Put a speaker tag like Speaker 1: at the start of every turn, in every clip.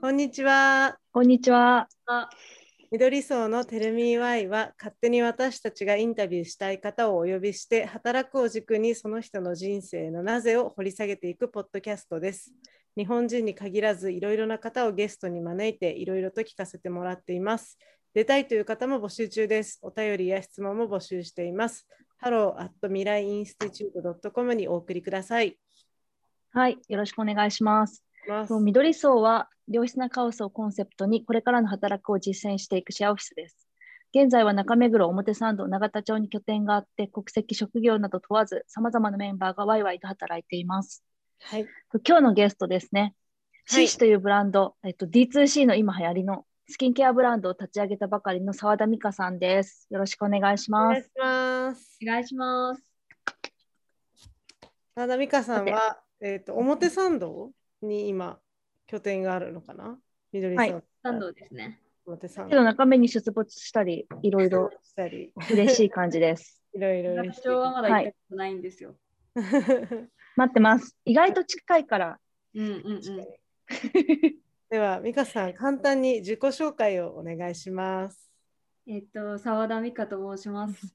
Speaker 1: こんにちは。
Speaker 2: こんにちは。
Speaker 1: 緑層のテルミーワイは勝手に私たちがインタビューしたい方をお呼びして働くを軸にその人の人生のなぜを掘り下げていくポッドキャストです。日本人に限らずいろいろな方をゲストに招いていろいろと聞かせてもらっています。出たいという方も募集中です。お便りや質問も募集しています。hello@ 未来インスティチュート .com にお送りください。
Speaker 2: はい、よろしくお願いします。
Speaker 1: ます
Speaker 2: そう緑層は良質なカオスをコンセプトにこれからの働くを実践していくシェアオフィスです。現在は中目黒、表参道、永田町に拠点があって国籍、職業など問わずさまざまなメンバーがワイワイと働いています。
Speaker 1: はい。
Speaker 2: 今日のゲストですね。
Speaker 1: はい
Speaker 2: CC というブランド、えっと、D2C の今流行りのスキンケアブランドを立ち上げたばかりの澤田美香さんです。よろしくお願いし
Speaker 1: お
Speaker 2: ま
Speaker 1: 願い
Speaker 2: す
Speaker 1: し。ます。
Speaker 3: お願いします。
Speaker 1: ただ美香さんは、えー、と表参道に今拠点があるのかな緑さん、
Speaker 2: は
Speaker 3: 感動ですね。
Speaker 1: 表参
Speaker 2: けど
Speaker 1: 道
Speaker 2: 中目に出没したり、いろいろ
Speaker 1: したり
Speaker 2: 嬉しい感じです。
Speaker 1: いろいろ嬉しい
Speaker 3: 私はまだ行ったことないんですよ。
Speaker 2: 待ってます。意外と近いから。
Speaker 3: うんうんうん。
Speaker 1: では美香さん簡単に自己紹介をお願いします。
Speaker 3: えっと、澤田美香と申します。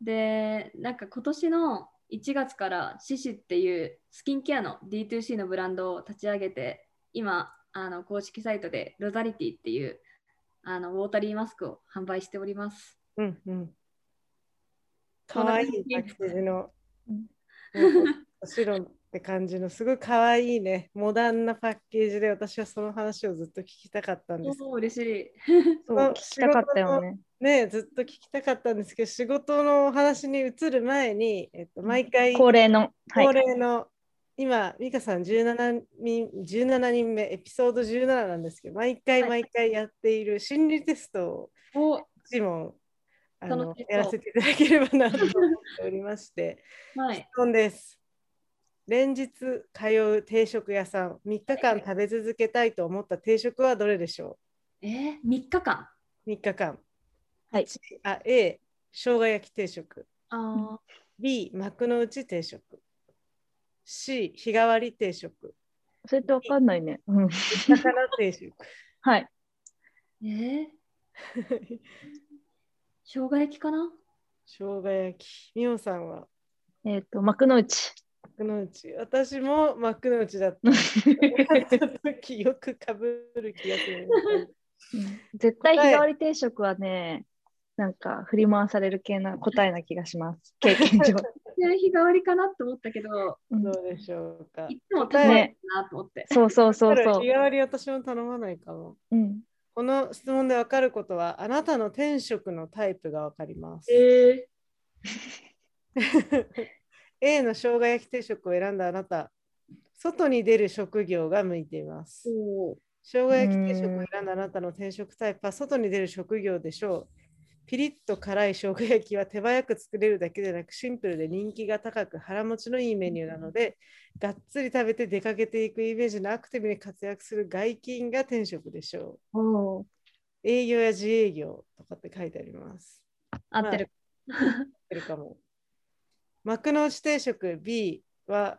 Speaker 3: で、なんか今年の1月からシシっていうスキンケアの D2C のブランドを立ち上げて、今、あの公式サイトでロザリティっていうあのウォータリーマスクを販売しております。
Speaker 1: うんうん。
Speaker 3: こ
Speaker 1: 可
Speaker 3: んな感
Speaker 1: 愛
Speaker 3: じ
Speaker 1: いパッケージの
Speaker 2: うん
Speaker 1: なんか白って感じのすごい可愛いねモダンなパッケージで私はその話をずっと聞きたかったんです。
Speaker 3: おお、嬉しい。
Speaker 2: そう
Speaker 1: そう
Speaker 2: 聞きたかったよね。
Speaker 1: ねえ、ずっと聞きたかったんですけど仕事のお話に移る前に、えっと、毎回
Speaker 2: 恒例の。
Speaker 1: 恒
Speaker 2: はい。
Speaker 1: 例の、今美香さん17人 ,17 人目エピソード17なんですけど毎回
Speaker 3: はい
Speaker 1: 毎回やっている心理テストを
Speaker 3: お
Speaker 1: 一問あの
Speaker 3: 楽しそう
Speaker 1: やらせていただければなと思っておりまして
Speaker 3: はい。
Speaker 1: 質問です。連日通う定食屋さん3日間食べ続けたいと思った定食はどれでしょ
Speaker 3: えー、3日間。
Speaker 1: う ?3 日間。
Speaker 2: はい。
Speaker 1: あ A 生姜焼き定食。
Speaker 3: あ
Speaker 1: B、幕の内定食。C、日替わり定食。
Speaker 2: それってわかんないね。うん。
Speaker 1: 魚定食。
Speaker 2: はい。
Speaker 3: ーえー、生姜焼きかな
Speaker 1: 生姜焼き。みおさんは
Speaker 2: えっ、と、幕の内。
Speaker 1: 幕の内。私も幕の内だった。ちょっと記憶かぶる気がする。
Speaker 2: 絶対日替わり定食はね、なんか振り回される系な答えな気がします。経験上。
Speaker 3: いや日替わりかなと思ったけど、
Speaker 2: うん
Speaker 1: どうでしょうか
Speaker 3: い。つも食べ
Speaker 1: 答
Speaker 3: ない
Speaker 2: え
Speaker 3: なと思って。
Speaker 2: そうそうそうそう
Speaker 1: 日。替わり私も頼まないかも。
Speaker 2: うん。
Speaker 1: この質問でわかることは、あなたの天職のタイプがわかります。
Speaker 3: え
Speaker 1: A の生姜焼き定食を選んだあなた、外に出る職業が向いています。
Speaker 3: お
Speaker 1: 生姜焼き定食を選んだあなたの転職タイプは外に出る職業でしょう。ピリッと辛い生姜焼きは手早く作れるだけでなくシンプルで人気が高く腹持ちのいいメニューなので、がっつり食べて出かけていくイメージのアクティブに活躍する外勤が転職でしょ
Speaker 2: おお。
Speaker 1: う。営業や自営業とかって書いてあります。
Speaker 3: 合ってる。
Speaker 1: いるかも。幕の内定食 B は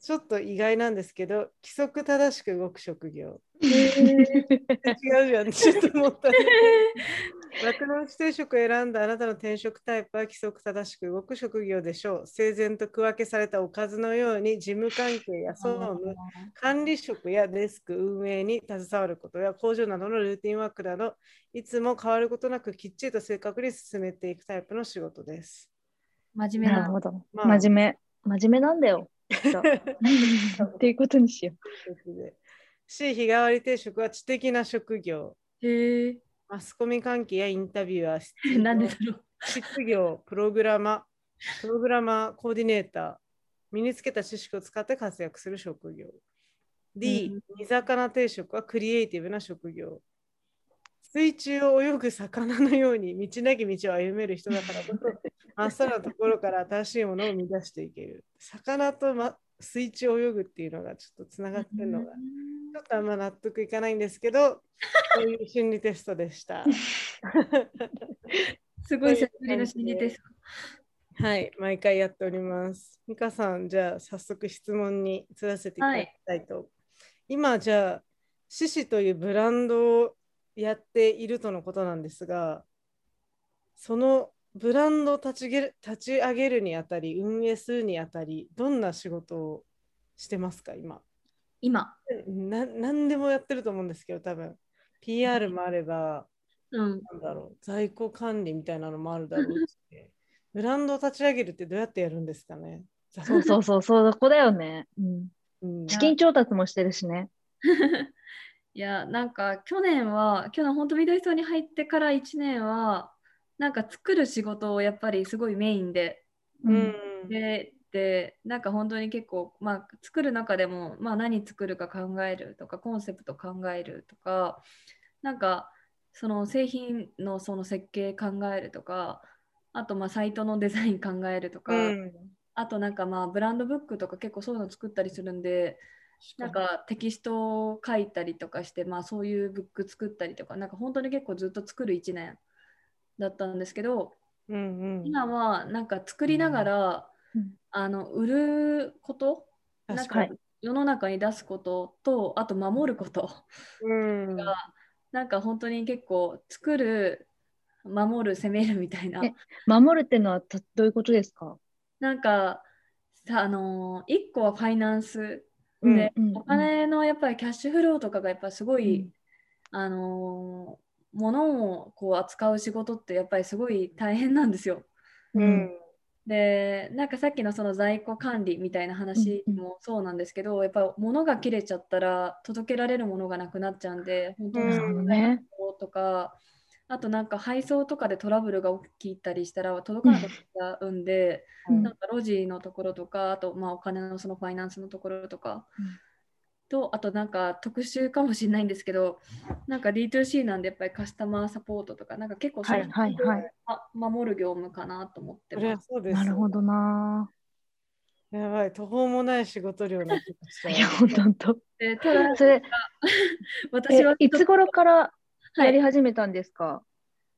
Speaker 1: ちょっと意外なんですけど、規則正しく動く職業。違うじゃん、ちょっともったいない。酪農地定食を選んだあなたの転職タイプは規則正しく動く職業でしょう。整然と区分けされたおかずのように事務関係や総 務、管理職やデスク運営に携わることや工場などのルーティンワークなど、いつも変わることなくきっちりと正確に進めていくタイプの仕事です。
Speaker 3: 真面
Speaker 2: な
Speaker 3: 目
Speaker 2: る
Speaker 3: な。
Speaker 2: ほど。
Speaker 1: まあ
Speaker 2: 真面目。真面目なんだよ。きっとっていうことにしよ
Speaker 1: し日替わり定食は知的な職業。
Speaker 3: へえ。
Speaker 1: マスコミ関係やインタビュアー、
Speaker 3: なんでだろう。
Speaker 1: 失業、プログラマー、プログラマー、コーディネーター、身につけた知識を使って活躍する職業。D、煮魚定食はクリエイティブな職業。水中を泳ぐ魚のように道なき道を歩める人だからこそ、真っさらなところから新しいものを生み出していける。魚と、ま、水中を泳ぐっていうのがちょっとつながってるのが、ちょっとあんま納得いかないんですけど、そういう心理テストでした。
Speaker 3: すごい久しぶりの心理テスト。
Speaker 1: はい、毎回やっております。美香さん、じゃあ早速質問に移らせていただきたいと。今、じゃあシシというブランドをやっているとのことなんですが、そのブランドを立ちげる立ち上げるにあたり、運営するにあたり、どんな仕事をしてますか、今。
Speaker 2: 今、
Speaker 1: な何でもやってると思うんですけど、多分 PR もあれば、
Speaker 3: うん、
Speaker 1: なんだろう、在庫管理みたいなのもあるだろうし、ブランドを立ち上げるってどうやってやるんですかね。
Speaker 2: そうそうそう、そうそこだよね、うん。
Speaker 1: うん
Speaker 2: 資金調達もしてるしね。
Speaker 3: いやなんか去年は去年本当緑荘に入ってから1年はなんか作る仕事をやっぱりすごいメインで
Speaker 1: う
Speaker 2: うん
Speaker 1: ん、
Speaker 3: ででなんか本当に結構、まあ、作る中でも、まあ、何作るか考えるとかコンセプト考えるとかなんかその製品のその設計考えるとかあとまあサイトのデザイン考えるとか、
Speaker 1: うん
Speaker 3: あとなんかまあブランドブックとか結構そういうの作ったりするんでなんかテキストを書いたりとかして、まあ、そういうブック作ったりとかなんか本当に結構ずっと作る1年だったんですけど
Speaker 1: うんうん、
Speaker 3: 今はなんか作りながら、
Speaker 2: うん
Speaker 3: あの売ることなん
Speaker 1: 確
Speaker 3: か
Speaker 1: か
Speaker 2: に
Speaker 3: 世の中に出すこととあと守ること
Speaker 1: うん、
Speaker 3: なんか本当に結構作る守る攻めるみたいな
Speaker 2: え守るってのはたどういうことですか、
Speaker 3: なんかさあのー一個はファイナンス
Speaker 1: うん
Speaker 3: で、
Speaker 2: うん
Speaker 3: お金のやっぱりキャッシュフローとかがやっぱすごい、
Speaker 2: うん
Speaker 3: あのー物をこう扱う仕事ってやっぱりすごい大変なんですよ。
Speaker 1: う
Speaker 2: うん
Speaker 1: ん、
Speaker 3: でなんかさっきのその在庫管理みたいな話
Speaker 2: うんうん
Speaker 3: もそうなんですけど、やっぱ物が切れちゃったら届けられるものがなくなっちゃうんで本当
Speaker 1: うん
Speaker 3: に
Speaker 2: な
Speaker 3: そ
Speaker 2: るほど
Speaker 3: の在
Speaker 2: ね。
Speaker 3: 庫とか、あとなんか配送とかでトラブルが起きたりしたら届かなかったんで。
Speaker 2: うん
Speaker 3: なんか路地のところとか、あとまあお金のそのファイナンスのところとか、
Speaker 2: うん
Speaker 3: とあとなんか特集かもしれないんですけど、なんか D2C なんでやっぱりカスタマーサポートとか、なんか結構そ
Speaker 2: は
Speaker 3: の
Speaker 2: いはいはい。
Speaker 3: あ守る業務かなと思って
Speaker 1: そりゃ
Speaker 3: ます。
Speaker 1: そうです。
Speaker 2: なるほどな。
Speaker 1: やばい、途方もない仕事量の気がした。
Speaker 2: いや、ほんと。
Speaker 3: でただ
Speaker 2: それ、
Speaker 3: 私
Speaker 2: え
Speaker 3: はちょ
Speaker 2: い
Speaker 3: っと
Speaker 2: つ頃から
Speaker 3: は
Speaker 2: やり
Speaker 3: い、
Speaker 2: 始めたんですか、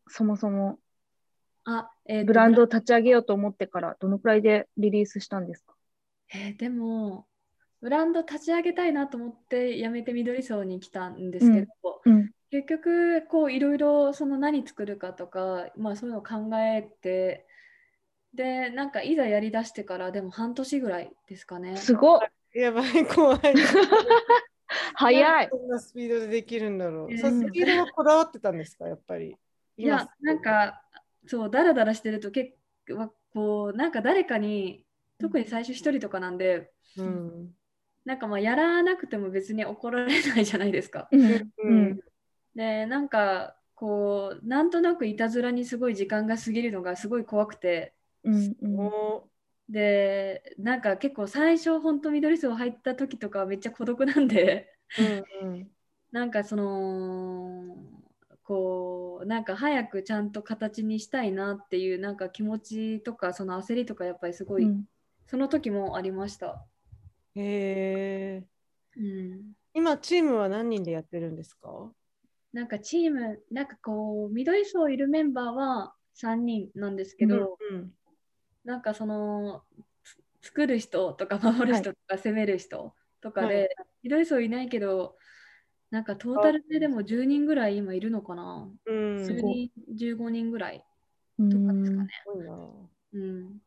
Speaker 2: そもそも
Speaker 3: あえーと
Speaker 2: ブランドを立ち上げようと思ってからどのくらいでリリースしたんですか
Speaker 3: えーでもブランド立ち上げたいなと思ってやめて緑荘に来たんですけど、
Speaker 2: うん
Speaker 3: 結局こういろいろその何作るかとか、まあ、そういうのを考えてでなんかいざやりだしてからでも半年ぐらいですかね。
Speaker 2: すごっ
Speaker 1: やばい、怖い。
Speaker 2: 早い
Speaker 1: どんなスピードでできるんだろう。
Speaker 3: うん
Speaker 1: そうスピードはこだわってたんですか、やっぱり。
Speaker 3: いやなん、かそうダラダラしてると結構こうなんか誰かに特に最初一人とかなんで
Speaker 1: うん。
Speaker 3: なんかまあやらなくても別に怒られないじゃないですか。
Speaker 2: うん
Speaker 1: う
Speaker 2: うん
Speaker 1: ん。
Speaker 3: でなんかこうなんとなくいたずらにすごい時間が過ぎるのがすごい怖くて。
Speaker 2: うんうん
Speaker 1: も
Speaker 3: でなんか結構最初ほんと緑荘入った時とかはめっちゃ孤独なんで
Speaker 1: う、うんうん。
Speaker 3: なんかそのこうなんか早くちゃんと形にしたいなっていうなんか気持ちとかその焦りとかやっぱりすごい、
Speaker 2: うん
Speaker 3: その時もありました。
Speaker 1: へえ。
Speaker 3: うん
Speaker 1: 今、チームは何人でやってるんですか
Speaker 3: なんかチームなんかこう緑荘いるメンバーは3人なんですけど、
Speaker 1: うん
Speaker 3: なんかそのつ作る人とか守る人とか攻める人とか
Speaker 1: は
Speaker 3: で、ひどい層いないけどなんかトータルででも10人ぐらい今いるのかな、
Speaker 1: うん。
Speaker 3: 10
Speaker 1: す
Speaker 3: 人15人ぐらい
Speaker 2: うん
Speaker 3: とかですかね。
Speaker 1: ごいな。
Speaker 3: うん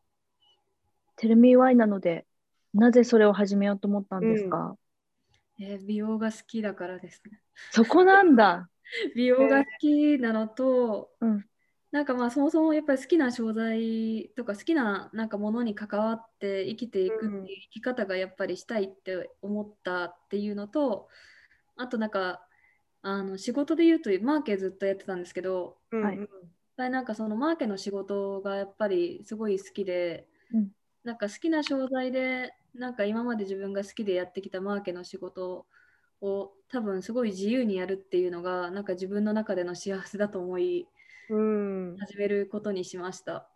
Speaker 2: テルミーワイなのでなぜそれを始めようと思ったんですか、
Speaker 3: えー美容が好きだからですね
Speaker 2: そこなんだ
Speaker 3: 美容が好きなのと、
Speaker 2: うん
Speaker 3: なんかまあそもそもやっぱり好きな商材とか好きななんかものに関わって生きていくっていう
Speaker 1: うん
Speaker 3: 生き方がやっぱりしたいって思ったっていうのとあとなんかあの仕事で言うとマーケずっとやってたんですけど
Speaker 1: うん
Speaker 2: はい
Speaker 1: うん
Speaker 3: やっぱりなんかそのマーケの仕事がやっぱりすごい好きで、
Speaker 2: うん
Speaker 3: なんか好きな商材でなんか今まで自分が好きでやってきたマーケの仕事を多分すごい自由にやるっていうのがなんか自分の中での幸せだと思い
Speaker 1: うん。
Speaker 3: 始めることにしました。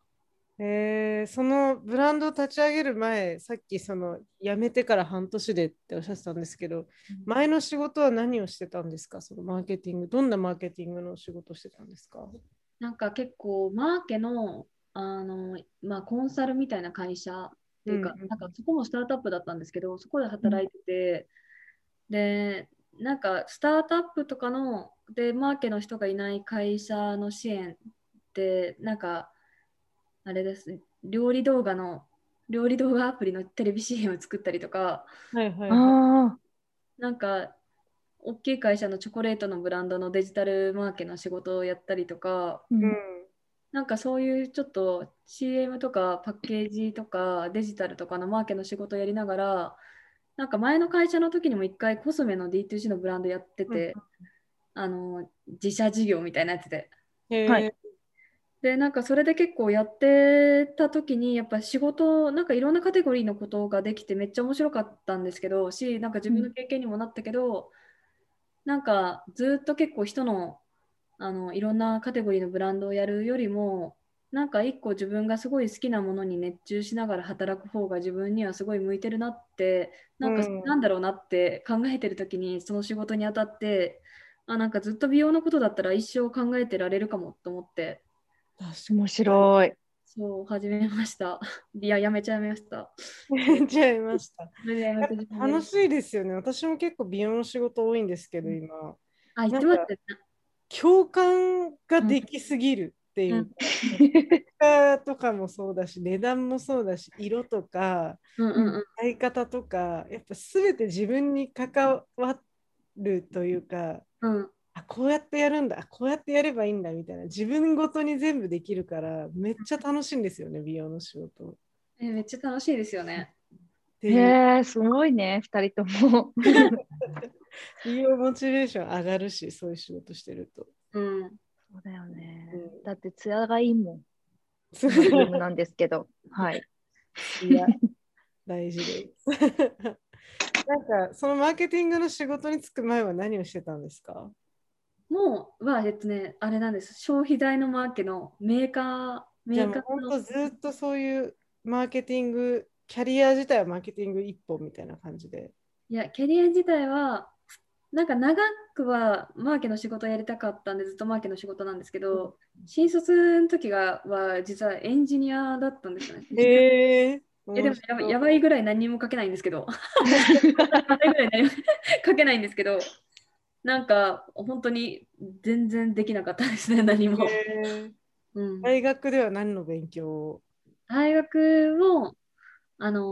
Speaker 1: えーそのブランドを立ち上げる前、さっきその辞めてから半年でっておっしゃってたんですけど、前の仕事は何をしてたんですかそのマーケティング、どんなマーケティングの仕事をしてたんですか
Speaker 3: なんか結構マーケのあの、まあ、コンサルみたいな会社っていうか,、
Speaker 1: うんうん
Speaker 3: なんかそこもスタートアップだったんですけどそこで働いてて、でなんかスタートアップとかのでマーケの人がいない会社の支援ってなんかあれです料理動画の料理動画アプリのテレビ CM を作ったりとか
Speaker 1: はいはいはい。
Speaker 2: あ
Speaker 3: なんか大きい会社のチョコレートのブランドのデジタルマーケの仕事をやったりとか
Speaker 2: ー、うん
Speaker 1: うん
Speaker 3: なんかそういうちょっと CM とかパッケージとかデジタルとかのマーケの仕事をやりながらなんか前の会社の時にも一回コスメの D2C のブランドやってて、あの自社事業みたいなやつで
Speaker 1: へー
Speaker 2: はい
Speaker 3: でなんかそれで結構やってた時にやっぱ仕事なんかいろんなカテゴリーのことができてめっちゃ面白かったんですけどしなんか自分の経験にもなったけど、なんかずっと結構人のあのいろんなカテゴリーのブランドをやるよりもなんか一個自分がすごい好きなものに熱中しながら働く方が自分にはすごい向いてるなってなんか
Speaker 1: うん
Speaker 3: なんだろうなって考えてる時にその仕事にあたってあなんかずっと美容のことだったら一生考えてられるかもと思って。
Speaker 1: 確
Speaker 2: 面白い。
Speaker 3: そう、始めました。 いや、やめちゃいました。
Speaker 1: かに。ちゃいました。
Speaker 3: それでやめてしまいま
Speaker 1: 楽
Speaker 3: し
Speaker 1: しいですよね。私も結構美容の仕事多いんですけど、今。
Speaker 3: たあ、言ってましたね。
Speaker 1: 共感ができすぎるっていう。
Speaker 3: うん
Speaker 1: 色とかもそうだし、値段もそうだし、色とか、
Speaker 3: うんうんうん。
Speaker 1: 買い方とか、やっぱ全て自分に関わるというか、
Speaker 3: うん、
Speaker 1: あこうやってやるんだあこうやってやればいいんだみたいな自分ごとに全部できるからめっちゃ楽しいんですよね美容の仕事っ
Speaker 3: えめっちゃ楽しいですよね。
Speaker 1: て
Speaker 2: へ
Speaker 1: いう
Speaker 2: えー、すごいね、2人とも。
Speaker 1: 美容モチベーション上がるしそういう仕事してると
Speaker 3: うん。
Speaker 2: そうだよね
Speaker 1: う。
Speaker 2: だって、ツヤがいいもん。
Speaker 1: す
Speaker 2: 自
Speaker 1: ごい
Speaker 2: 分なんですけど。はい。
Speaker 1: 大事です なんかそのマーケティングの仕事に就く前は何をしてたんですか
Speaker 3: もうは、えっとね、あれなんです。消費財のマーケのメーカー、
Speaker 1: じ
Speaker 3: メ
Speaker 1: ゃあ
Speaker 3: ー
Speaker 1: も
Speaker 3: カ
Speaker 1: う
Speaker 3: ー
Speaker 1: 本
Speaker 3: の
Speaker 1: 当ずっとそういうマーケティングキャリア自体はマーケティング一本みたいな感じで
Speaker 3: いや、キャリア自体は、なんか長くはマーケの仕事やりたかったんで、ずっとマーケの仕事なんですけど、新卒の時がは、実はエンジニアだったんですよね。
Speaker 1: へえ
Speaker 3: えでもやばやばいぐらい何にも書けないんですけどやばいぐらい何 も書けないんですけどなんか本当に全然できなかったですね何も、うん、
Speaker 1: 大学では何の勉強を
Speaker 3: 大学もあの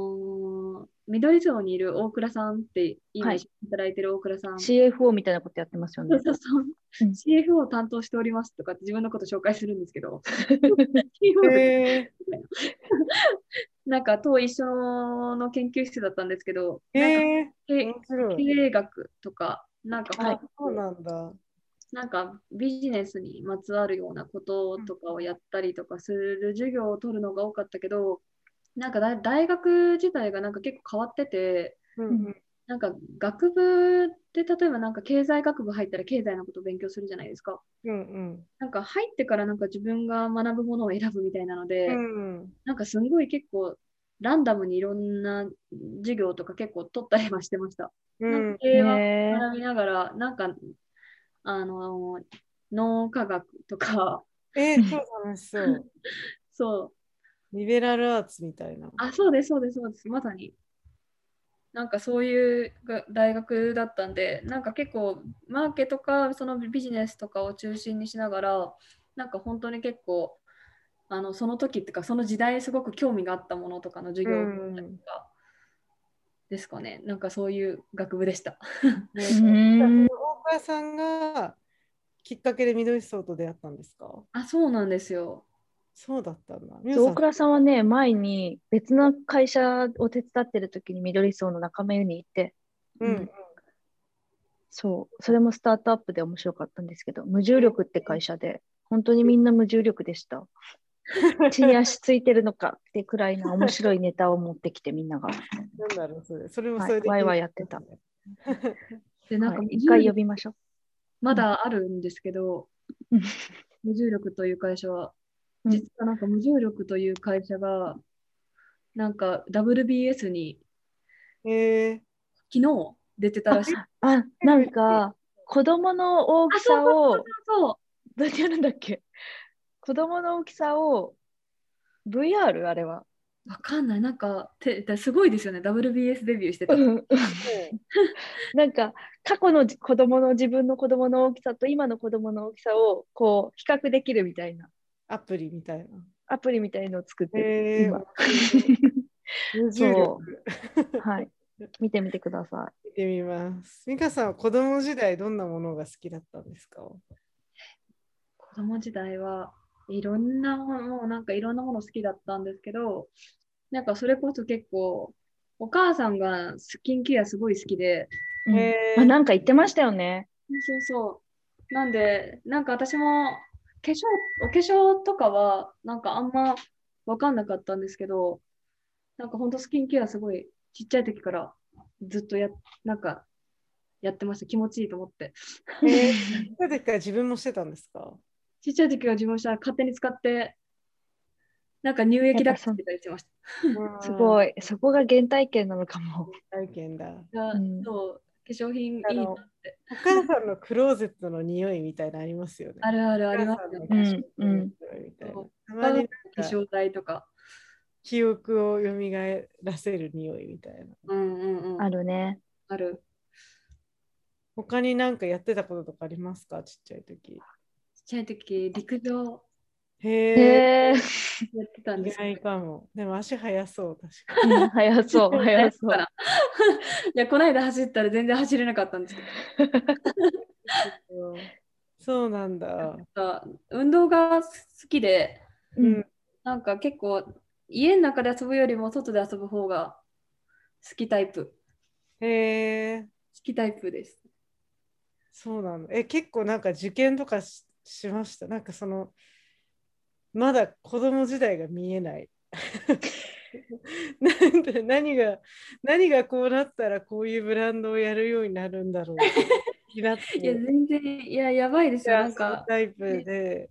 Speaker 3: ー緑町にいる大倉さんって今
Speaker 2: はい
Speaker 3: 一緒に働いてる大倉さん、
Speaker 2: CFO みたいなことやってますよ
Speaker 3: そ
Speaker 2: ね
Speaker 3: う。そうそ
Speaker 2: う
Speaker 3: う
Speaker 2: ん
Speaker 3: CFO を担当しておりますとかって自分のこと紹介するんですけど CFO で
Speaker 1: へ
Speaker 3: なんか当一緒の研究室だったんですけど、
Speaker 1: え
Speaker 3: なんか
Speaker 1: へえ
Speaker 3: け
Speaker 1: 面白い。
Speaker 3: 経営学とかなんか
Speaker 1: あ
Speaker 3: 本
Speaker 1: そうなんだ。
Speaker 3: なんかビジネスにまつわるようなこととかをやったりとかする授業を取るのが多かったけど、なんかだ大学自体がなんか結構変わってて、
Speaker 1: うんうん
Speaker 3: なんか学部で例えばなんか経済学部入ったら経済のことを勉強するじゃないですか。
Speaker 1: うん
Speaker 3: なんか入ってからなんか自分が学ぶものを選ぶみたいなので、
Speaker 1: うん。うん
Speaker 3: なんかすんごい結構ランダムにいろんな授業とか結構取ったりはしてました。
Speaker 1: うん
Speaker 3: なんか経営は
Speaker 2: へー
Speaker 3: 学びながら、なんか、あの、脳科学とか、
Speaker 1: えー、超楽しそう。
Speaker 3: そう、
Speaker 1: リベラルアーツみたいな。
Speaker 3: あ、そうです、そうです、そうです、まさに。なんかそういうが大学だったんで、なんか結構、マーケとか、そのビジネスとかを中心にしながら、なんか本当に結構、あのその時っていうか、その時代すごく興味があったものとかの授業
Speaker 1: うん
Speaker 3: とかですかね、なんかそういう学部でした。
Speaker 1: ね
Speaker 2: うーん
Speaker 1: 大倉さんがきっかけで緑層と出会ったんですか
Speaker 3: あ、そうなんですよ。
Speaker 1: そうだったんだ。
Speaker 2: 大倉さんはね、前に別の会社を手伝ってる時に緑層の仲間に行って、
Speaker 1: うんうん。
Speaker 2: そう、それもスタートアップで面白かったんですけど、無重力って会社で、本当にみんな無重力で した。地に足ついてるのかってくらいの面白いネタを持ってきてみんなが、
Speaker 1: なんだろう、それ。それも
Speaker 2: はい
Speaker 1: それで。
Speaker 2: ワイワイやってた。
Speaker 3: で、なんか、
Speaker 2: はい一回呼びましょう。
Speaker 3: まだあるんですけど
Speaker 2: うん、
Speaker 3: 無重力という会社は、
Speaker 2: うん
Speaker 3: 実はなんか無重力という会社が、なんか WBS に
Speaker 1: へえ
Speaker 3: 昨日出てたらしい。
Speaker 2: あ、なんか、子供の大きさを、
Speaker 3: そう
Speaker 2: どうやってやるんだっけ子供の大きさを、VR? あれは。
Speaker 3: わかんない。なんか、てだすごいですよね。WBS デビューしてた。
Speaker 2: うんなんか過去のじ子供の自分の子供の大きさと今の子供の大きさをこう比較できるみたいな
Speaker 1: アプリみたいな。
Speaker 2: アプリみたいのを作ってる
Speaker 1: え
Speaker 2: 今、
Speaker 1: ー、重力
Speaker 2: はい、見てみてくださ
Speaker 1: 見てみます。美香さんは子供時代どんなものが好きだったんですか
Speaker 3: 子供時代はいろんなもの、もうなんかいろんなもの好きだったんですけど、なんかそれこそ結構、お母さんがスキンケアすごい好きで、
Speaker 2: い、うん
Speaker 1: へー
Speaker 2: あなんか言ってましたよね
Speaker 3: そうそう。なんで、なんか私も化粧、お化粧とかはなんかあんまわかんなかったんですけど、なんかほんとスキンケアすごいちっちゃい時からずっとや、なんかやってました。気持ちいいと思って。
Speaker 1: えー、ちっちゃい時から自分もしてたんですか
Speaker 3: ちっちゃい時は自分したら勝手に使って、なんか乳液だけつけたりしてました。
Speaker 2: すご
Speaker 1: い。
Speaker 2: いそこが原体験なのかも、
Speaker 1: 体験だ。
Speaker 2: うん
Speaker 3: そう化粧品いい
Speaker 1: あ
Speaker 3: な
Speaker 1: のお母さんのクローゼットの匂いみたいなのありますよね。
Speaker 3: あるあるありま
Speaker 1: お
Speaker 3: すよね。
Speaker 1: 母さの
Speaker 2: うん
Speaker 1: みたいな
Speaker 3: うん
Speaker 1: たまに
Speaker 3: 化粧剤とか。
Speaker 1: 記憶を蘇らせる匂いみたいな。
Speaker 3: うんうんうん。
Speaker 2: あるね
Speaker 3: ある。
Speaker 1: 他になんかやってたこととかありますかちっちゃい時。
Speaker 3: ちっちゃい時、陸上
Speaker 1: へえ。
Speaker 2: へえ、
Speaker 3: やってたん
Speaker 1: 意
Speaker 3: ですよ
Speaker 1: 外かも。でも足速そう、確か
Speaker 2: うん 早 そう早そう
Speaker 3: だからいや、こないだ走ったら全然走れなかったんですけど
Speaker 1: に。そうなんだ。
Speaker 3: なんか、運動が好きで、
Speaker 1: うん。
Speaker 3: なんか結構、家の中で遊ぶよりも外で遊ぶ方が好きタイプ。
Speaker 1: へえ。
Speaker 3: 好きタイプです。
Speaker 1: そうなの。え、結構なんか受験とかししました。なんかその、まだ子供時代が見えない。 なんで何が何がこうなったらこういうブランドをやるようになるんだろうって気になって。
Speaker 3: いや、全然、いや、やばいですよ。
Speaker 1: な
Speaker 3: なんん
Speaker 1: か
Speaker 3: か、
Speaker 1: タイプで。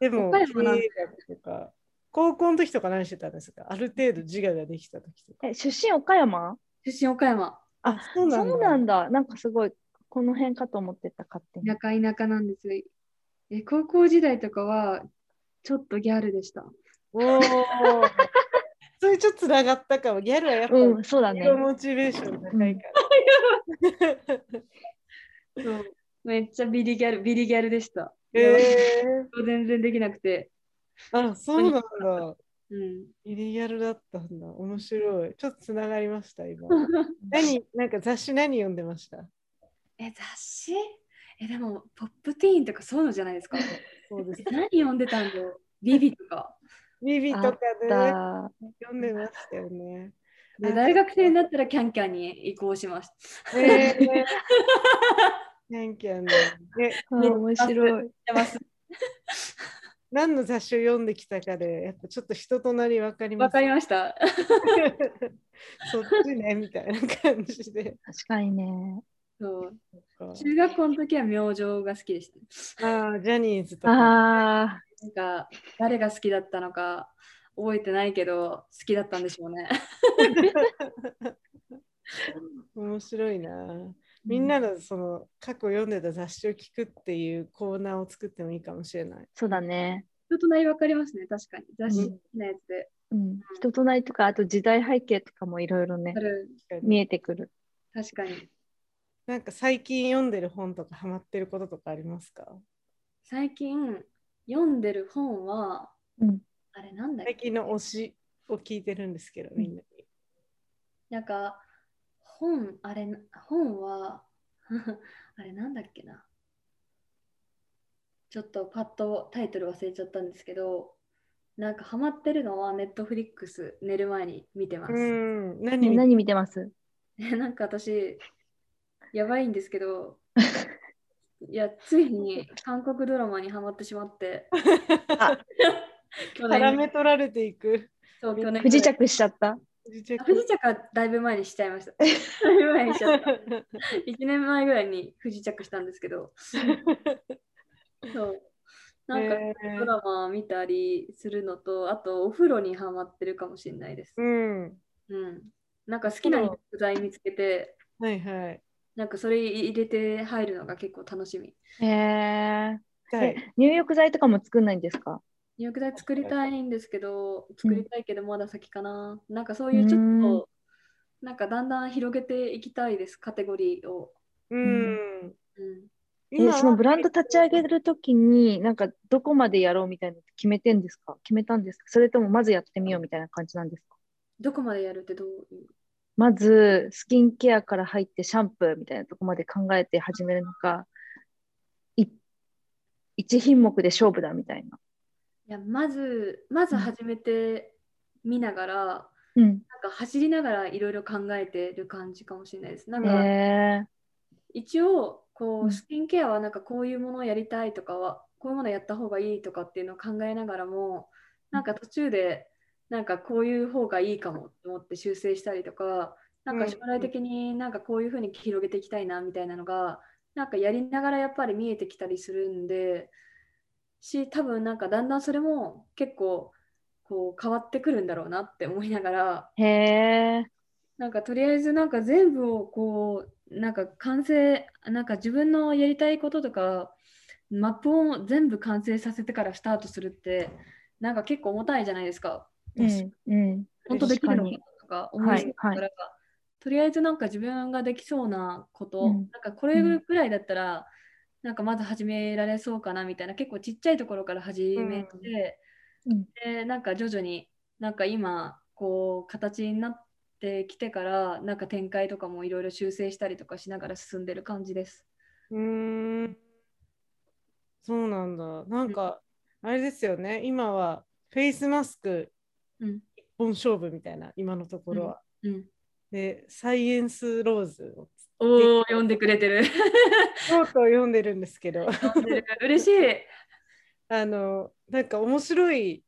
Speaker 1: でも、
Speaker 3: 岡
Speaker 1: 経営
Speaker 3: 山なんて
Speaker 1: 学とか、高校の時とか何してたんですかある程度自我ができた時とか。
Speaker 2: え出身岡山
Speaker 3: 出身岡山、
Speaker 1: あ、そうなんだ。
Speaker 2: そうなんだなんかすごいこの辺かと思ってた勝手に
Speaker 3: 田舎田舎なんですよ。え高校時代とかは、ちょっとギャルでした。
Speaker 1: おお。 それちょっとつながったかも。ギャルはやっぱ、
Speaker 2: うんそうだね
Speaker 1: 色モチベーション高いから。
Speaker 3: そうめっちゃビリギャル、ビリギャルでした。
Speaker 1: え
Speaker 3: 全然できなくて。
Speaker 1: ー、あ、そうなんだ。
Speaker 3: うん。
Speaker 1: イリギャルだったんだ。面白い。ちょっとつながりました、今。何、なんか雑誌何読んでました
Speaker 3: え、雑誌え、でも、ポップティーンとかそういうのじゃな いですか。
Speaker 1: そうです。
Speaker 3: 何読んでたんだよ。ビビとか。
Speaker 1: ビビとかね、
Speaker 2: だ
Speaker 1: 読んでましたよね。
Speaker 3: で大学生になったらキャンキャンに移行 しました。
Speaker 1: え ー、キャンキャンの。で、
Speaker 2: あー面白い
Speaker 3: やばす
Speaker 1: 何の雑誌を読んできたかで、やっぱちょっと人となり分かり
Speaker 3: わ
Speaker 1: ます
Speaker 3: か。りました。
Speaker 1: そっちね、みたいな感じ で。
Speaker 2: 確かにね。
Speaker 3: そう
Speaker 1: あ
Speaker 3: 中学校の時は明星が好きでした。
Speaker 1: あー、ジャニーズとか。
Speaker 2: ああ、
Speaker 3: なんか誰が好きだったのか覚えてないけど好きだったんでしょうね。
Speaker 1: 面白いな。みんなのその過去読んでた雑誌を聞くっていうコーナーを作ってもいいかもしれない。
Speaker 2: そうだね。
Speaker 3: 人となりわかりますね、確かに。雑誌好きなやつで。
Speaker 2: うん、人となりとか、あと時代背景とかもいろいろね
Speaker 3: あ、る
Speaker 1: 確かに
Speaker 2: 見えてくる。
Speaker 3: 確かに。
Speaker 1: なんか最近読んでる本とかハマってることとかありますか
Speaker 3: 最近読んでる本は、
Speaker 2: うん
Speaker 3: あれなんだっ
Speaker 1: 最
Speaker 3: け
Speaker 1: 近の推しを聞いてるんですけど、みんなに。
Speaker 3: なんか本、あれ、本は、 あれなんだっけな。ちょっとパッとタイトル忘れちゃったんですけど、なんかハマってるのはネットフリックス寝る前に見てます。
Speaker 1: うん、何
Speaker 2: ね
Speaker 1: 見
Speaker 2: 何見てます
Speaker 3: え なんか私、やばいんですけど、 いや、ついに韓国ドラマにハマってしまって、去
Speaker 1: 絡
Speaker 3: 年、
Speaker 1: め取られていく。
Speaker 3: そう、去年
Speaker 2: 不時着しちゃった。
Speaker 1: 自着
Speaker 3: あ不時着はだいぶ前にしちゃいました。だいぶ前にしちゃった。1年前ぐらいに不時着したんですけど、 そう。なんか
Speaker 1: えー
Speaker 3: ドラマ見たりするのと、あとお風呂にハマってるかもしれないです
Speaker 1: う。ん。
Speaker 3: うん。なんか好きな食材見つけて、
Speaker 1: はいはい。
Speaker 3: なんかそれ入れて入るのが結構楽しみ。
Speaker 2: へえ。
Speaker 1: はい。
Speaker 2: 入浴剤とかも作んないんですか
Speaker 3: 入浴剤作りたいんですけど、作りたいけどまだ先かな。なんかそういうちょ
Speaker 2: う
Speaker 3: っ
Speaker 2: ん
Speaker 3: と、なんかだんだん広げていきたいです、カテゴリーを。
Speaker 1: うん。
Speaker 3: うん、
Speaker 2: え、そのブランド立ち上げ
Speaker 1: る
Speaker 2: るときに、なんかどこまでやろうみたいなのって決めてんですか決めたんですかそれともまずやってみようみたいな感じなんですか
Speaker 3: どこまでやるってどういう
Speaker 2: まずスキンケアから入ってシャンプーみたいなとこまで考えて始めるのか、い一品目で勝負だみたいな。
Speaker 3: いやまず、まず始めてみながら、なん
Speaker 2: うん。
Speaker 3: か走りながらいろいろ考えてる感じかもしれないです。なんか
Speaker 2: え
Speaker 3: 一応こ
Speaker 2: う
Speaker 3: うんスキンケアはなんかこういうものをやりたいとかはこういうものやった方がいいとかっていうのを考えながらもなんか途中でなんかこういう方がいいかもと思って修正したりとかなん
Speaker 1: う
Speaker 3: か
Speaker 1: ん
Speaker 3: 将来的になんかこういうふうに広げていきたいなみたいなのがなんかやりながらやっぱり見えてきたりするんでし多分なんかだんだんそれも結構こう変わってくるんだろうなって思いながら
Speaker 2: ー、へー
Speaker 3: なんかとりあえずなんか全部をこうなんか完成なんか自分のやりたいこととかマップを全部完成させてからスタートするってなんか結構重たいじゃないですか。
Speaker 2: うんうん。
Speaker 3: 本当できるのか
Speaker 2: 確か
Speaker 3: とか思いつつから、
Speaker 2: はいは
Speaker 3: とりあえずなんか自分ができそうなこと、
Speaker 2: うん
Speaker 3: なんかこれぐらいだったら、なんかまず始められそうかなみたいな結構ちっちゃいところから始めて、
Speaker 2: うん
Speaker 3: でなんか徐々になんか今こう形になってきてからなんか展開とかもいろいろ修正したりとかしながら進んでる感じです。
Speaker 1: うーんそうなんだ。なんか、あれですよね、今はフェイスマスク
Speaker 3: うん
Speaker 1: 一本勝負みたいな、今のところは。
Speaker 3: うん、
Speaker 1: で、サイエンスローズを
Speaker 3: おお読んでくれてる
Speaker 1: ノートを読んでるんですけど、
Speaker 3: 読んでる嬉しい。
Speaker 1: あの、なんか面白い、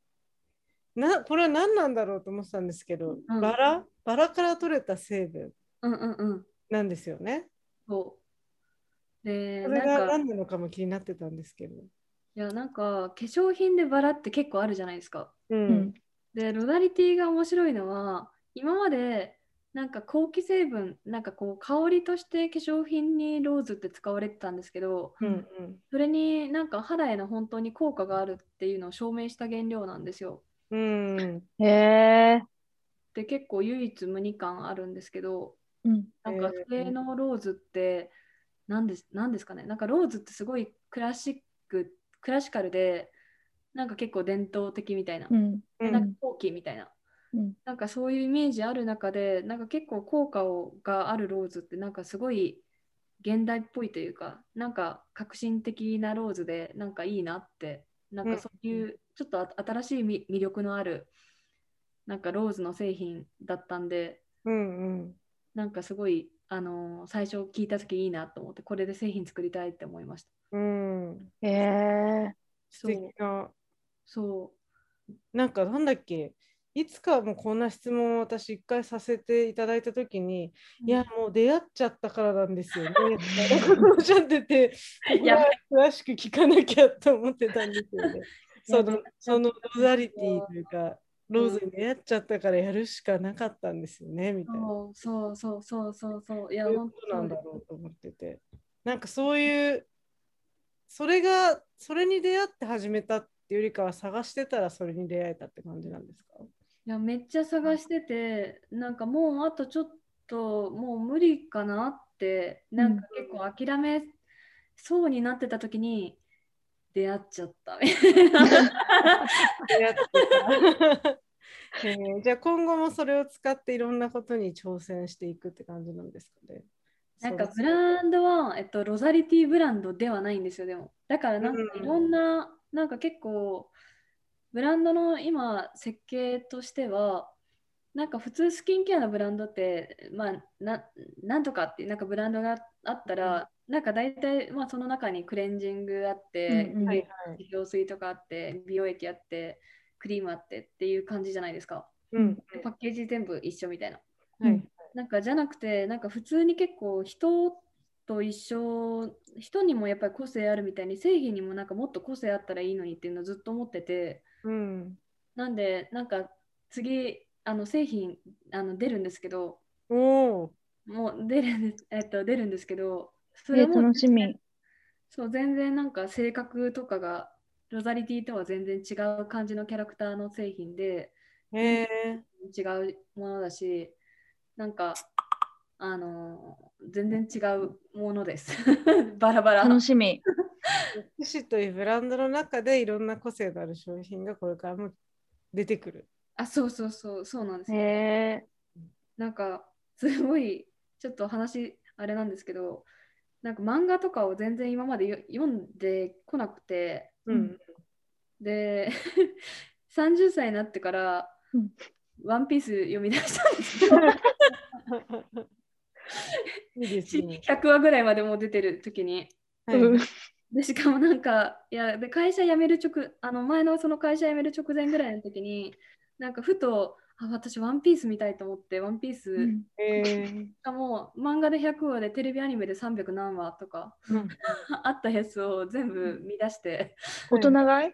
Speaker 1: なこれは何なんだろうと思ってたんですけど、
Speaker 3: うん
Speaker 1: バラバラから取れた成分
Speaker 3: うんうんうん。
Speaker 1: なんですよね。
Speaker 3: そうで
Speaker 1: そ
Speaker 3: な
Speaker 1: れ
Speaker 3: ん
Speaker 1: が
Speaker 3: か
Speaker 1: 何なのかも気になってたんですけど。
Speaker 3: いやなんか化粧品でバラって結構あるじゃないですか。
Speaker 1: う
Speaker 2: に。うん
Speaker 1: ん。。
Speaker 3: でロダリティが面白いのは今までなんか香気成分なんかこう香りとして化粧品にローズって使われてたんですけど
Speaker 1: うん。うん。
Speaker 3: それになんか肌への本当に効果があるっていうのを証明した原料なんですよ。
Speaker 1: うん。
Speaker 2: へー
Speaker 3: で結構唯一無二感あるんですけど
Speaker 2: うん。
Speaker 3: なんか
Speaker 1: へー
Speaker 3: それのローズって何ですなんですかねなんかローズってすごいクラシッククラシカルでなんか結構伝統的みたいな、
Speaker 2: うん。
Speaker 1: う
Speaker 3: なん
Speaker 1: ん
Speaker 3: か高貴みたいな
Speaker 2: うん。
Speaker 3: なんかそういうイメージある中でなんか結構効果をがあるローズってなんかすごい現代っぽいというかなんか革新的なローズでなんかいいなってなん
Speaker 1: うん
Speaker 3: かそういうちょっとあ新しいみ魅力のあるなんかローズの製品だったんで
Speaker 1: うんうん。
Speaker 3: なんかすごい、あのー最初聞いた時いいなと思ってこれで製品作りたいって思いました。
Speaker 1: うん。
Speaker 2: へー
Speaker 1: 素
Speaker 3: そう
Speaker 1: 敵な。
Speaker 3: そう
Speaker 1: なんかなんだっけ、いつかもうこんな質問を私一回させていただいたときに、いやもう出会っちゃったからなんです よね。おっしゃってて、 い
Speaker 3: や
Speaker 1: や詳しく聞かなきゃと思ってたんですよね。そのそのロザリティというか、ローズに出会っちゃったからやるしかなかったんですよね、みたいな。
Speaker 3: そうそうそうそうそうそういや
Speaker 1: そういう
Speaker 3: 本
Speaker 1: こと
Speaker 3: 当
Speaker 1: なんだろうと思ってて。なんかそういう、それが、それに出会って始めたっていうよりかは、探してたらそれに出会えたって感じなんですか
Speaker 3: いやめっちゃ探しててなんかもうあとちょっともう無理かなってなんか結構諦めそうになってた時に出会っちゃったみたいな
Speaker 1: 出会 ってたえーじゃあ今後もそれを使っていろんなことに挑戦していくって感じなんですかね。
Speaker 3: なんかブ
Speaker 1: そうです
Speaker 3: ランドは、えっと、ロザリティブランドではないんですよでもだからなんか
Speaker 1: うん
Speaker 3: いろんな、なんか結構ブランドの今設計としてはなんか普通スキンケアのブランドって、まあ、ななんとかっていうなんかブランドがあったら、なんか大体、まあ、その中にクレンジングあって、
Speaker 2: うんうん
Speaker 3: は
Speaker 1: はいいはい。
Speaker 3: 美容水とかあって美容液あってクリームあってっていう感じじゃないですか
Speaker 1: うん。
Speaker 3: でパッケージ全部一緒みたいな
Speaker 1: はい。
Speaker 3: なんかじゃなくてなんか普通に結構人と一緒人にもやっぱり個性あるみたいに製品にもなんかもっと個性あったらいいのにっていうのをずっと思ってて
Speaker 1: うん。
Speaker 3: なんでなんか次あの製品あの出るんですけど
Speaker 1: おお。
Speaker 3: もう出るんです、えっと、出るんですけどそ
Speaker 2: え
Speaker 3: れ
Speaker 2: ー
Speaker 3: も
Speaker 2: 楽しみ。
Speaker 3: そう全然なんか性格とかがロザリティとは全然違う感じのキャラクターの製品で、
Speaker 1: へえ
Speaker 3: 違うものだしなんかあの全然違うものです バラバラ
Speaker 2: 楽しみ。
Speaker 1: 福祉というブランドの中でいろんな個性のある商品がこれからも出てくる。
Speaker 3: あそうそうそうそうなんですよ
Speaker 2: へえ。
Speaker 3: なんかすごいちょっと話あれなんですけどなんか漫画とかを全然今までよ読んでこなくて
Speaker 1: うん、
Speaker 3: で 30歳になってから
Speaker 2: うん
Speaker 3: 「ワンピース読み出したんですけど
Speaker 1: いいですね。
Speaker 3: 100話ぐらいまでもう出てる時に
Speaker 1: はい
Speaker 2: うん
Speaker 3: でしかもなんかいやで会社辞める直あの前のその会社辞める直前ぐらいの時になんかふとあ私ワンピース見たいと思ってワンピース、
Speaker 2: う
Speaker 3: し
Speaker 2: ん
Speaker 1: えー
Speaker 3: かも漫画で100話でテレビアニメで300何話とか
Speaker 1: うん
Speaker 3: あったやつを全部見出して
Speaker 2: 大人買い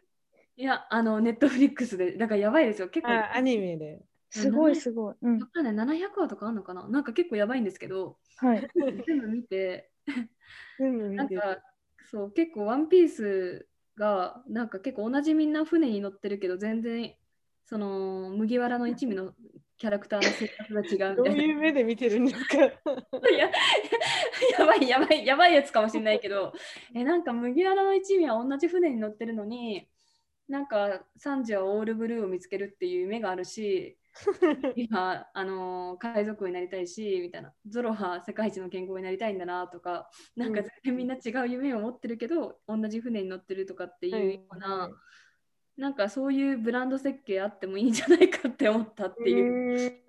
Speaker 3: いやあのネットフリックスでだからやばいですよ結構
Speaker 1: あアニメで。
Speaker 2: すご
Speaker 3: う
Speaker 2: い
Speaker 3: ん
Speaker 2: すごい。うん
Speaker 3: わ。かんない700話とかあるのかななんか結構やばいんですけど
Speaker 2: はい。
Speaker 3: 全部見て
Speaker 1: 全部見
Speaker 3: なん
Speaker 1: てる。
Speaker 3: かそう結構「ワンピースがなんか結構同じみんな船に乗ってるけど全然その麦わらの一味のキャラクターの性格が違う
Speaker 1: ど
Speaker 3: み
Speaker 1: う
Speaker 3: たいな
Speaker 1: いう目で見てるんですか
Speaker 3: ややばいやばいやばいやつかもしれないけどえなんか麦わらの一味は同じ船に乗ってるのになんかサンジはオールブルーを見つけるっていう夢があるし 今あの海賊王になりたいしみたいなゾロは世界一の健康になりたいんだなとかなんか
Speaker 1: うん
Speaker 3: 全然みんな違う夢を持ってるけど、同じ船に乗ってるとかっていうような、
Speaker 1: はいは
Speaker 3: なんかそういうブランド設計あってもいいんじゃないかって思ったっていう。
Speaker 1: う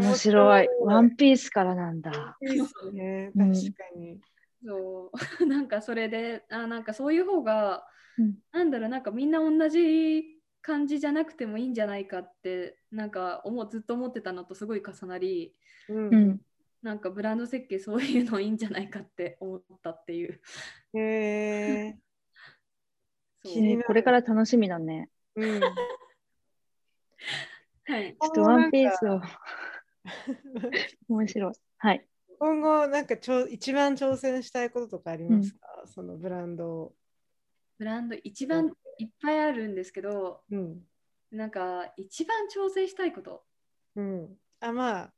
Speaker 2: 面白い
Speaker 1: 面白い。
Speaker 2: ワンピースからなんだ。
Speaker 1: ーん。いいっすね。
Speaker 2: う
Speaker 1: 確
Speaker 2: ん
Speaker 1: かに。
Speaker 3: そう なんかそれであなんかそういう方が、
Speaker 2: うん
Speaker 3: なんだろうなんかみんな同じ感じじゃなくてもいいんじゃないかってなんか思うずっと思ってたのとすごい重なり
Speaker 1: う。
Speaker 2: うんん。
Speaker 3: なんかブランド設計そういうのいいんじゃないかって思ったって いう。
Speaker 1: へえ。
Speaker 3: そう
Speaker 1: 気になる
Speaker 2: これから楽しみだね。
Speaker 1: うん。
Speaker 3: はい、
Speaker 2: ちょっとワンピースを。面白い。はい。
Speaker 1: 今後なんかちょ一番挑戦したいこととかありますか、そのブランドを。
Speaker 3: ブランド一番いっぱいあるんですけど
Speaker 1: うん。
Speaker 3: なんか一番挑戦したいこと
Speaker 1: うん。あ、まあ。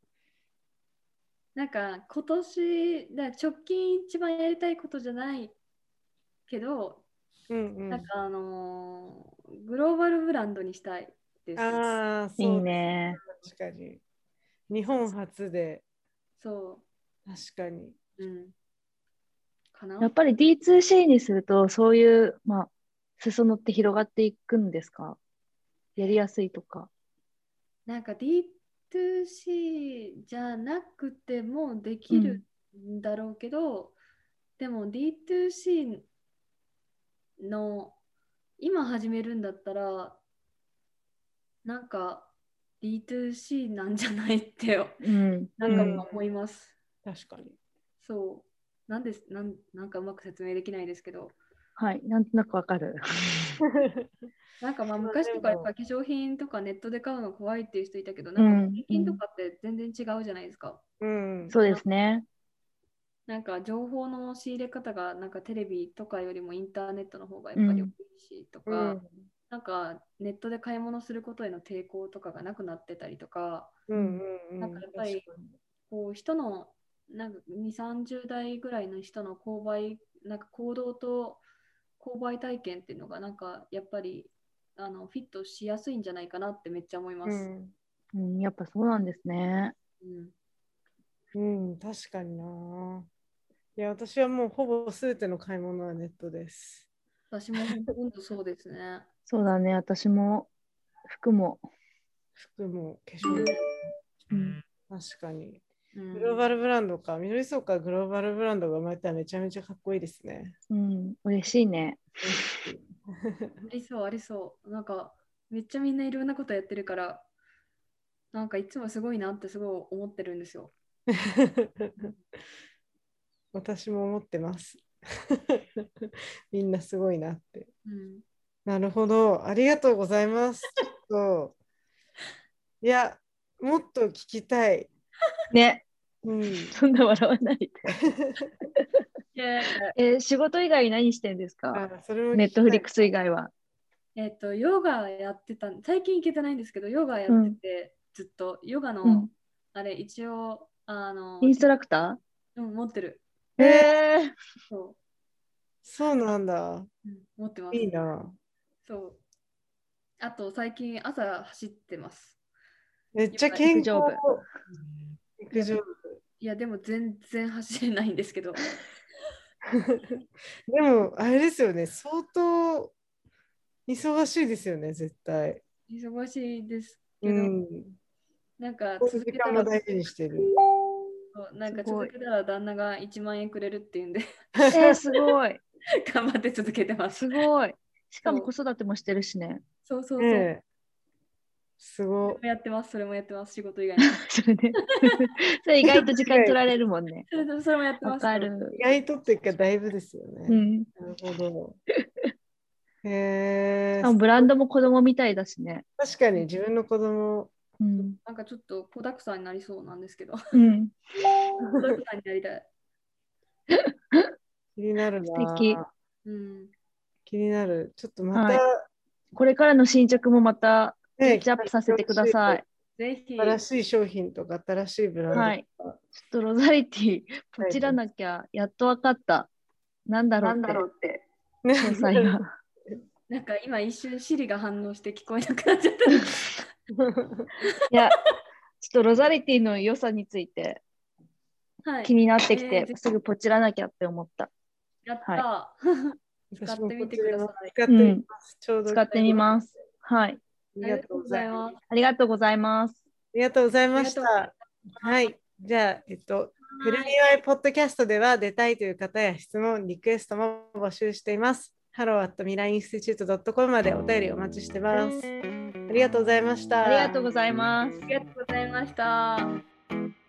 Speaker 3: なんか今年だ直近一番やりたいことじゃないけど
Speaker 1: うんうん。
Speaker 3: なんかあのーグローバルブランドにしたいです。
Speaker 1: ああ、そう
Speaker 2: いいね。
Speaker 1: 確かに。日本初で、
Speaker 3: そ
Speaker 1: 確かに。
Speaker 3: う。うん。かな
Speaker 2: やっぱり D2C にすると、そういう、まあ、裾野って広がっていくんですかやりやすいとか。
Speaker 3: なんか D2C じゃなくてもできるんだろうけど、でも D2C の今始めるんだったらなんか D2C なんじゃないって
Speaker 2: うん。
Speaker 3: なん
Speaker 1: うん
Speaker 3: か思います。
Speaker 1: 確かに。
Speaker 3: そう。なんですなんなんかうまく説明できないですけど、
Speaker 2: はい。なんとなくわか る。
Speaker 3: なんかまあ
Speaker 1: まあ
Speaker 3: 昔と
Speaker 1: で
Speaker 3: かや
Speaker 1: も
Speaker 3: っぱ化粧品とかネットで買うの怖いっていう人いたけど、な
Speaker 2: うん
Speaker 3: か
Speaker 2: ん。
Speaker 3: 化粧品とかって全然違うじゃないですか。
Speaker 1: うん。
Speaker 2: そうですね。
Speaker 3: なんか情報の仕入れ方がなんかテレビとかよりもインターネットの方がやっぱり
Speaker 2: う
Speaker 3: 多
Speaker 2: ん
Speaker 3: いしとか、
Speaker 1: うん。
Speaker 3: なんかネットで買い物することへの抵抗とかがなくなってたりとか、
Speaker 1: うんうんうん。
Speaker 3: なんかやっぱり
Speaker 1: 確かに
Speaker 3: こう人のなんか2、30代ぐらいの人の購買、なんか行動と購買体験っていうのがなんかやっぱりあのフィットしやすいんじゃないかなってめっちゃ思いま
Speaker 1: う
Speaker 3: す。
Speaker 1: ん
Speaker 2: うん、やっぱそうなんですね。
Speaker 3: うん
Speaker 1: うん、確かにな。いや、私はもうほぼすべての買い物はネットです。
Speaker 3: 私も本当そうですね。
Speaker 2: そうだね。私も、服も。
Speaker 1: 服も化粧も
Speaker 2: うん
Speaker 1: 確かに。
Speaker 3: うん
Speaker 1: グローバルブランドか、みのりそうかグローバルブランドが生まれたらめちゃめちゃかっこいいですね。
Speaker 2: うん。嬉しいね。
Speaker 3: ありそうありそう。なんかめっちゃみんないろんなことやってるから、なんかいつもすごいなってすごい思ってるんですよ。
Speaker 1: 私も思ってます。 みんなすごいなって。
Speaker 3: うん、
Speaker 1: なるほど。ありがとうございます。ちょっといや、もっと聞きたい。
Speaker 2: ね。
Speaker 1: うん、
Speaker 2: そんな笑わないで。
Speaker 3: いや
Speaker 2: えー仕事以外何してんですか
Speaker 1: あそれも聞きたい
Speaker 2: ネットフリックス以外は。
Speaker 3: えっと、ヨガやってたん最近行けてないんですけど、ヨガやってて、ずっとヨガの、
Speaker 2: うん
Speaker 3: あれ、一応、あの、
Speaker 2: インストラクタ
Speaker 3: うん、持ってる。
Speaker 2: ー
Speaker 1: え
Speaker 2: え
Speaker 3: そ
Speaker 1: そうなんだ。
Speaker 3: う、うん、持ってます。
Speaker 1: いいな。
Speaker 3: そう。あと、最近朝走ってます。
Speaker 1: めっちゃ健康
Speaker 2: 陸上部。
Speaker 1: 陸上部。
Speaker 3: いや、でも全然走れないんですけど、
Speaker 1: でも、あれですよね、相当忙しいですよね、絶対。
Speaker 3: 忙しいです
Speaker 1: う
Speaker 3: けど、
Speaker 1: ん。
Speaker 3: なんか
Speaker 1: こういう
Speaker 3: 続
Speaker 1: 時
Speaker 3: けた
Speaker 1: 間
Speaker 3: ら
Speaker 1: も、大事にしてる。
Speaker 3: そうなんか
Speaker 2: すご
Speaker 3: 続
Speaker 2: い
Speaker 3: けたら旦那が1万円くれるっていうんで、
Speaker 2: ー、えー、すごい。
Speaker 3: 頑張って続けてます。
Speaker 2: すごい。しかも
Speaker 3: そ
Speaker 2: 子育てもしてるしね。
Speaker 3: そうそうそう。
Speaker 1: ねえ。す
Speaker 3: そ
Speaker 1: ご
Speaker 3: れ
Speaker 1: い
Speaker 3: も。やってます、それもやってます、仕事以 外に。
Speaker 2: それね。それ意外と時間取られるもん ね。
Speaker 3: それでもそれもやってま
Speaker 2: わ
Speaker 3: す。
Speaker 2: か。る
Speaker 1: 意。外とっていうか、だいぶですよ
Speaker 2: う
Speaker 1: ね。
Speaker 2: ん。
Speaker 1: なるほど。へ え
Speaker 2: しかもブランドも子供みたいだしね。
Speaker 1: 確かに自分の子供
Speaker 2: うん。
Speaker 3: なんかちょっと子だくさんになりそうなんですけど、
Speaker 2: うん。
Speaker 3: 子だくさんになりたい。
Speaker 1: 気になるな。
Speaker 2: 素敵
Speaker 3: うん。
Speaker 1: 気になる。ちょっとまた、
Speaker 2: はい
Speaker 4: これからの進捗もまた
Speaker 2: ピ
Speaker 1: ね
Speaker 2: ッチアップさせてください。。
Speaker 3: ぜひ、
Speaker 1: 新しい商品とか新しいブランドとか、
Speaker 2: はい
Speaker 1: こ
Speaker 2: ちょっとロザリティ、ポチらなきゃ、やっとわかった。なんだろうって、
Speaker 1: ね
Speaker 3: うって。
Speaker 2: 詳細 が。
Speaker 3: なんか今一瞬、シリが反応して聞こえなくなっちゃった。
Speaker 2: いや、ちょっとロザリティの良さについて
Speaker 3: はい
Speaker 2: 気。になってきて、
Speaker 3: えー
Speaker 2: すぐポチらなきゃって思った。
Speaker 3: やった。使
Speaker 1: 私
Speaker 3: って
Speaker 1: も
Speaker 3: みてください
Speaker 1: こっちでも使ってみます。ちょうど
Speaker 2: 使ってみます。はい。
Speaker 1: ありがとうございます。
Speaker 3: す。
Speaker 2: ありがとうございます。
Speaker 1: ありがとうございまし
Speaker 3: ありが
Speaker 1: た。はい。じゃあ、えっと、フルニワイポッドキャストでは出たいという方や質問、リクエストも募集しています。ハローアットミラインスティチュートドットコムまでお便りお待ちしてます。ありがとうございました。
Speaker 2: ありがとうございます。
Speaker 3: ありがとうございました。